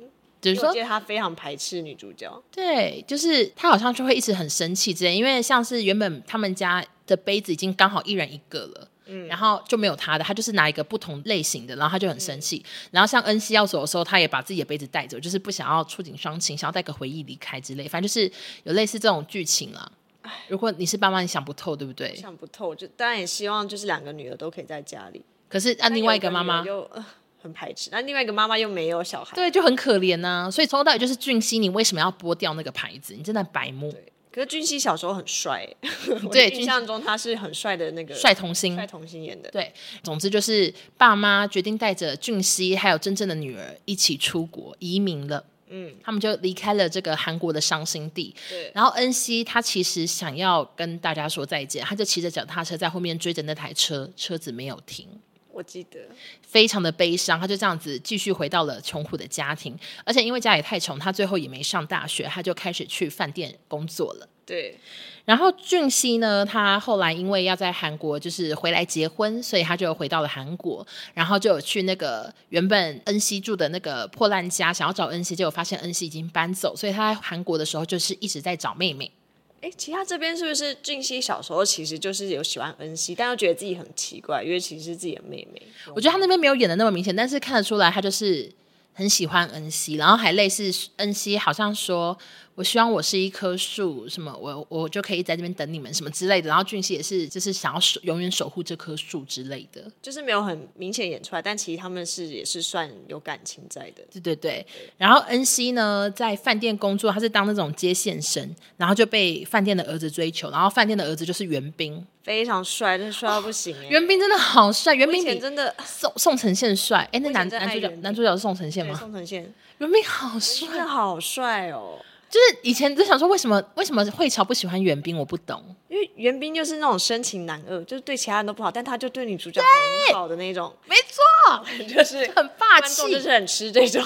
只
因
是
为我
说
记，得她非常排斥女主角。
对，就是她好像就会一直很生气之类，因为像是原本他们家的杯子已经刚好一人一个了。
嗯
然后就没有她的，她就是拿一个不同类型的，然后她就很生气。
嗯
然后像恩熙要走的时候，她也把自己的杯子带走，就是不想要触景伤情，想要带个回忆离开之类。反正就是有类似这种剧情啦。如果你是爸妈，你想不透，对不对？
想不透，就当然也希望就是两个女儿都可以在家里。
可是啊按另外一个妈妈
但，有一个女儿又、呃很排斥，那另外一个妈妈又没有小孩。
对，就很可怜呐、所以从头到尾就是俊熙，你为什么要剥掉那个牌子？你真的白目，
可是俊熙小时候很帅、欸 我
对
印象中他是很帅的那个
帅童星
帅。童星演的。
对，总之就是爸妈决定带着俊熙还有真正的女儿一起出国移民了。嗯，他们就离开了这个韩国的伤心地。
对
然后恩熙他其实想要跟大家说再见，他就骑着脚踏车在后面追着那台车，车子没有停。
我记得
非常的悲伤，他就这样子继续回到了穷苦的家庭，而且因为家里太穷，他最后也没上大学，他就开始去饭店工作了。
对，
然后俊熙呢，他后来因为要在韩国就是回来结婚，所以他就回到了韩国，然后就有去那个原本恩熙住的那个破烂家，想要找恩熙，结果发现恩熙已经搬走，所以他在韩国的时候就是一直在找妹妹。
哎，其他这边是不是俊熙小时候其实就是有喜欢恩熙，但又觉得自己很奇怪，因为其实是自己的妹妹。
我觉得他那边没有演的那么明显，但是看得出来他就是很喜欢恩熙，然后还类似恩熙好像说，我希望我是一棵树，什么我我就可以在这边等你们什么之类的。然后俊熙也是就是想要守永远守护这棵树之类的。
就是没有很明显演出来，但其实他们是也是算有感情在的。
对对对，然后恩熙呢在饭店工作，他是当那种接线生，然后就被饭店的儿子追求，然后饭店的儿子就是袁冰，
非常帅，真的帅到不行哎、
袁冰真的好帅，袁
我以
冰
前
比
真的
宋宋承宪帅，哎，那
我以前
男
真
男
爱
主角
袁冰
男主角是宋承宪
对
吗？
宋承宪
袁冰好帅
真，的好帅哦，
就是以前就想说，为什么为什么会潮不喜欢袁冰？我不懂。
因为袁冰就是那种深情男二，就是对其他人都不好，但他就对女主角很好的那种，
没错，
就是
很霸
观众就
气。
是很吃这种。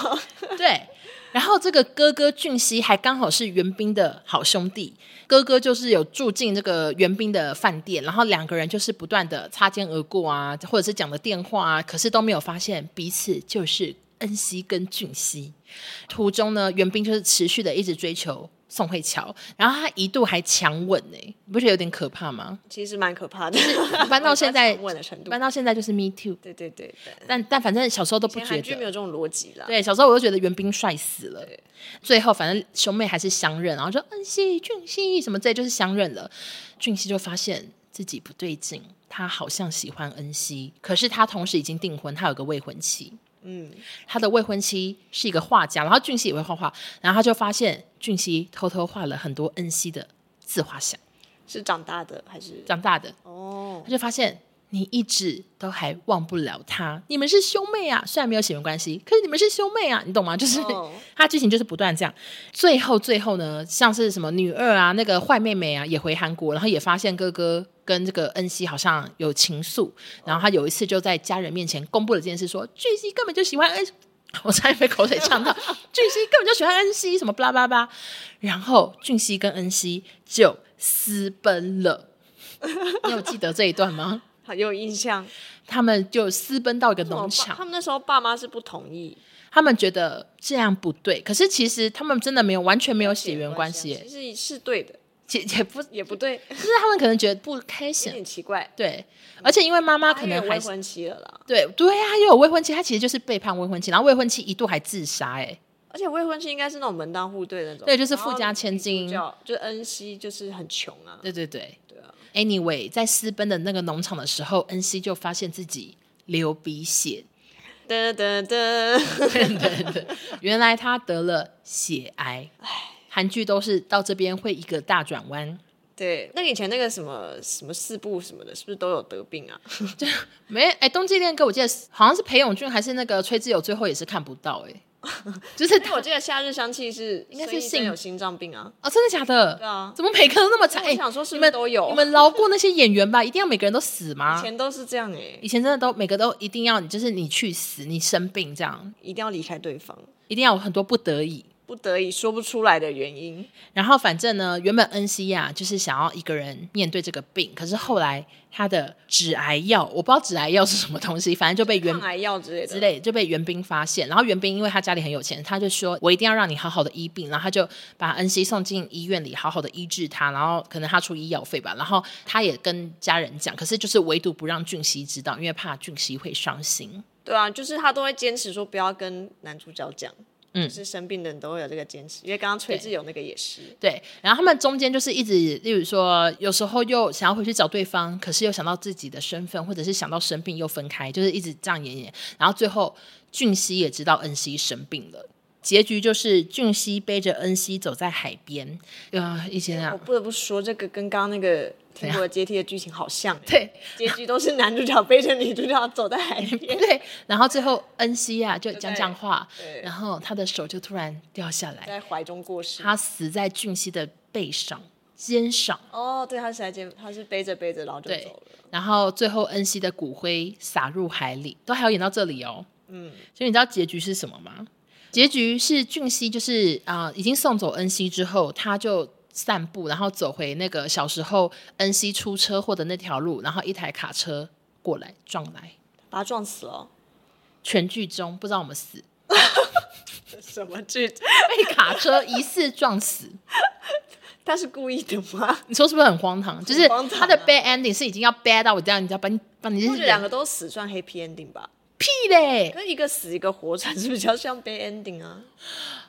对，然后这个哥哥俊熙还刚好是袁冰的好兄弟，哥哥就是有住进这个袁冰的饭店，然后两个人就是不断的擦肩而过啊，或者是讲的电话啊，可是都没有发现彼此就是恩熙跟俊熙。途中呢，袁冰就是持续的一直追求宋慧乔，然后他一度还强吻呢、你不觉得有点可怕吗？
其实蛮可怕的，
搬 到现在
问的程度
搬。到现在就是 Me Too。
对对对对，
但但反正小时候都不
以前
觉
韩剧没
得。
有这种逻辑啦。
对，小时候我就觉得袁冰帅死了。最后反正兄妹还是相认，然后说恩熙、俊熙什么之类，就是相认了。俊熙就发现自己不对劲，他好像喜欢恩熙，可是他同时已经订婚，他有个未婚妻。
嗯，
他的未婚妻是一个画家，然后俊熙也会画画，然后他就发现俊熙偷偷画了很多恩熙的自画像。
是长大的还是？
长大的
哦，
他就发现你一直都还忘不了他，你们是兄妹啊，虽然没有血缘关系，可是你们是兄妹啊，你懂吗？ 就是、
哦
他剧情就是不断这样，最后最后呢，像是什么女二啊，那个坏妹妹啊，也回韩国，然后也发现哥哥。跟这个恩熙好像有情愫，然后他有一次就在家人面前公布了这件事说俊熙根本就喜欢恩， 我差点被口水呛到，俊熙根本就喜欢恩熙什么巴拉巴拉，然后俊熙跟恩熙就私奔了。你有记得这一段吗？
好有印象。
他们就私奔到一个
为什么
农
爸他
场，
们那时候爸妈是不同意
他们觉得这样不对，可是其实他们真的没有完全没有血缘关系耶，
其实是对的，
也也不，就
也不对，
是他们可能觉得不开
有
心，
点奇怪。
对，而且因为妈妈
他
可
因为
能
有
还
未
是
婚妻了啦，
对对啊，又有未婚妻，他其实就是背叛未婚妻，然后未婚妻一度还自杀，哎，
而且未婚妻应该是那种门当户对的那种，
对就是
然后
富家千金
女主角就恩熙就是很穷啊，
对对对
对啊
Anyway，在私奔的那个农场的时候，恩熙就发现自己流鼻血，
噔噔噔，
对对对，原来他得了血癌。韩剧都是到这边会一个大转弯，
对，那个以前那个什么什么四部什么的，是不是都有得 病啊？
没哎，冬季恋歌我记得是好像是裴勇俊还是那个崔智友，最后也是看不到 哎、就是
因为我记得夏日香气是
应该是
孙艺珍
性
有心脏病啊，
哦，真的假的？
对啊
怎么每个人都那么惨？
因为我
哎，
想说是不是
你们
都有
你们饶过那些演员吧？一定要每个人都死
以
吗？
前都是这样哎、欸，
以前真的都每个都一定要，就是你去死，你生病这样，
一定要离开对方，
一定要有很多不得已。
不得已说不出来的原因，
然后反正呢，原本恩熙亚就是想要一个人面对这个病，可是后来他的止癌药，我不知道止癌药是什么东西，反正就被袁
抗癌药之类的
之。类就被袁冰发现。然后袁冰因为他家里很有钱，他就说我一定要让你好好的医病，然后他就把恩熙送进医院里，好好的医治他，然后可能他出医药费吧。然后他也跟家人讲，可是就是唯独不让俊熙知道，因为怕俊熙会伤心。
对啊，就是他都会坚持说不要跟男主角讲，
嗯
就是生病的人都会有这个坚持，因为刚刚崔智友那个也是，
对，然后他们中间就是一直，例如说，有时候又想要回去找对方，可是又想到自己的身份，或者是想到生病又分开，就是一直这样演演。然后最后，俊熙也知道恩熙生病了，结局就是俊熙背着恩熙走在海边，呃，以前啊
我，不得不说这个跟刚刚那个《天国的阶梯》的剧情好像，
对，
结局都是男主角背着女主角走在海 边，
对，然后最后恩熙啊就讲讲话
对，
然后他的手就突然掉下来，
在怀中过世。
他死在俊熙的背上、肩上。
哦，对，他是来接，他是背着背着然后就
对
走了。
然后最后恩熙的骨灰撒入海里，都还有演到这里哦。嗯，所以你知道结局是什么吗？结局是俊熙就是啊、呃已经送走恩熙之后，他就散步，然后走回那个小时候恩熙出车祸的那条路，然后一台卡车过来撞来。
把他撞死了哦，
全剧终不知道我们死，
什么剧？
被卡车疑似撞死，
他是故意的吗？
你说是不是很荒唐？就是
荒唐啊
他的 bad ending 是已经要 bad 到我这样，你知道把你把你
或者两个都死算 happy ending 吧？
屁嘞！
可是一个死一个活着，是比较像 bad ending 啊。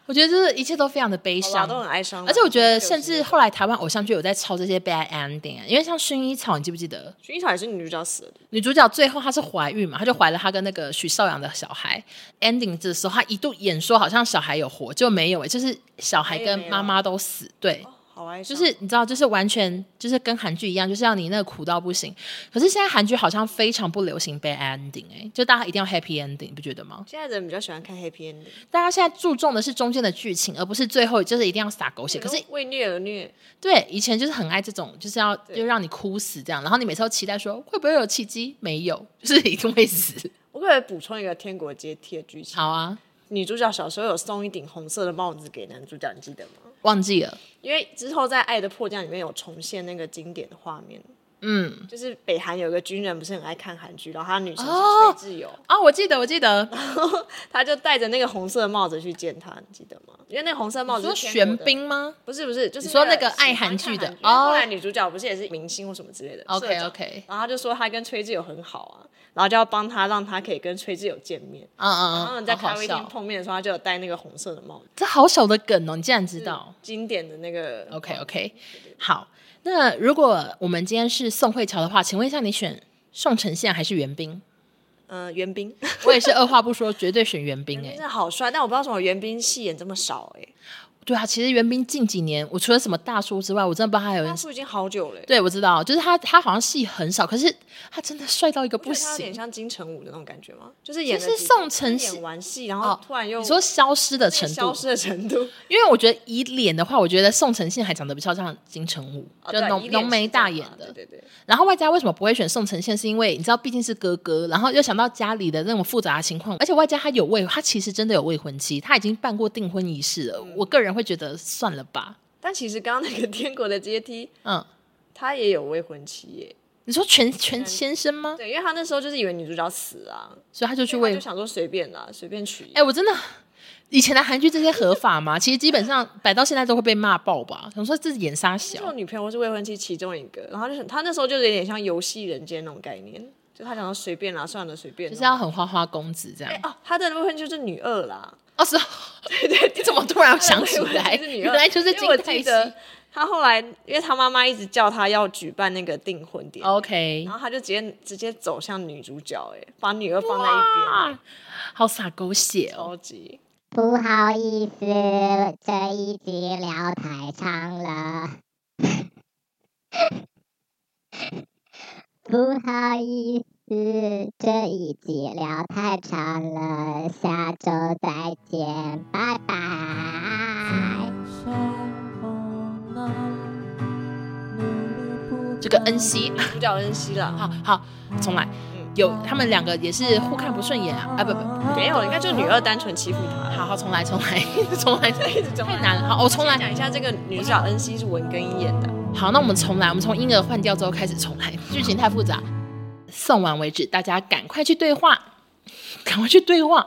我觉得就是一切都非常的悲
好吧，
伤，
都很哀伤啦。
而且我觉得
就是
甚至后来台湾偶像剧有在抄这些 bad ending，啊因为像薰衣草，你记不记得？
薰衣草也是女主角死了的，
女主角最后她是怀孕嘛，她就怀了她跟那个许绍洋的小孩。ending 的时候，她一度演说好像小孩有活，就没有诶、就是小孩跟妈妈都死。对，
好哀
就
伤。
是你知道，就是完全就是跟韩剧一样，就是让你那个苦到不行。可是现在韩剧好像非常不流行 bad ending，哎、就大家一定要 happy ending，你不觉得吗？
现在人比较喜欢看 happy ending，
大家现在注重的是中间的剧情，而不是最后就是一定要撒狗血。可是
为虐而虐，
对，以前就是很爱这种，就是要就让你哭死这样，然后你每次都期待说会不会有奇迹，没有，就是一定会死。
我可不可以补充一个《天国阶梯》的剧情。
好啊，
女主角小时候有送一顶红色的帽子给男主角，你记得吗？
忘记了，
因为之后在《爱的迫降》里面有重现那个经典的画面，
嗯，
就是北韩有一个军人不是很爱看韩剧，然后他女生是
哦
崔智友，
啊，我记得，我记得，
他就戴着那个红色的帽子去见他，你记得吗？因为那个红色帽
你
子
说
是天国
玄
的，
彬吗？
不是不是，就是
你说
那
那个爱韩剧
喜欢
的
看韩因为
哦
后来女主角不是也是明星或什么之类的
OK，
社长
OK
然后他就说他跟崔智友很好啊，然后就要帮他，让他可以跟崔智友见面。
嗯
然后
嗯
哦你
嗯，
在
好
咖
好
啡厅
笑，
碰面的时候，他就有戴那个红色的帽子。
这好小的梗哦，你竟然知道
经典的那个
？OK OK，好，那如果我们今天是宋慧乔的话，请问一下，你选宋承宪还是袁彬？
嗯、呃袁冰，
我也是二话不说，绝对选袁彬哎、
真的好帅，但我不知道为什么袁冰戏演这么少哎、
对啊，其实袁彬近几年，我除了什么大叔之外，我真的不知道他有
大叔已经好久了、欸，
嗯对，我知道，就是他，他好像戏很少，可是他真的帅到一个
我觉
不
得他有点
行。
像金城武的那种感觉吗？就是演了
就是
几
宋承
就是
宪
演完戏，然后突然又、
你说消失的程
消
度，
失的程度，
因为我觉得以脸的话，我觉得宋承宪还长得比较像金城武，
啊
就
对啊
浓
一脸
浓
是
眉
这样
大眼
嘛
的。
对对对，
然后外加为什么不会选宋承宪，是因为你知道，毕竟是哥哥，然后又想到家里的那种复杂的情况，而且外加他有未，他其实真的有未婚妻，他已经办过订婚仪式了。
嗯
我个人会觉得算了吧，
但其实刚刚那个《天国的阶梯》，
嗯，
他也有未婚妻耶、
你说全全先生吗？
对，因为他那时候就是以为女主角死啊，
所以他就去
所以
未
他就想说随便啦，随便娶一
哎、我真的以前的韩剧这些合法吗？其实基本上摆到现在都会被骂爆吧。想说这是演杀
这
小，
种女朋友是未婚妻其中一个，然后就是他那时候就是有点像游戏人间那种概念，就他想说随便啦，算了随便啦，
就是要很花花公子这样
哎。哦，他的未婚妻就是女二啦，
哦， 是哦，对对你怎么突然想起 来？
她的未婚妻是女
原
二，
来就是
因为
金
我
泰
记
熙。
得他后来，因为他妈妈一直叫他要举办那个订婚典礼
OK，
然后他就直接直接走向女主角、哎，把女二放在一边，
啊，好洒狗血哦。
超级。
不好意思，这一集聊太长了。 不好意思，这一集聊太长了，下周再见，拜拜。
这个恩熙，
女主角恩熙啦，
好好，重来。
嗯
有他们两个也是互看不顺眼啊，啊不不，
没有，应该就女二单纯欺负他。
好好重来重来 重来，
重
太
来
难了。好，我、哦重来。
讲一下这个女主角恩熙是文更一演的，
好，那我们重来，我们从婴儿换掉之后开始重来，剧情太复杂。送完为止，大家赶快去对话，赶快去对话。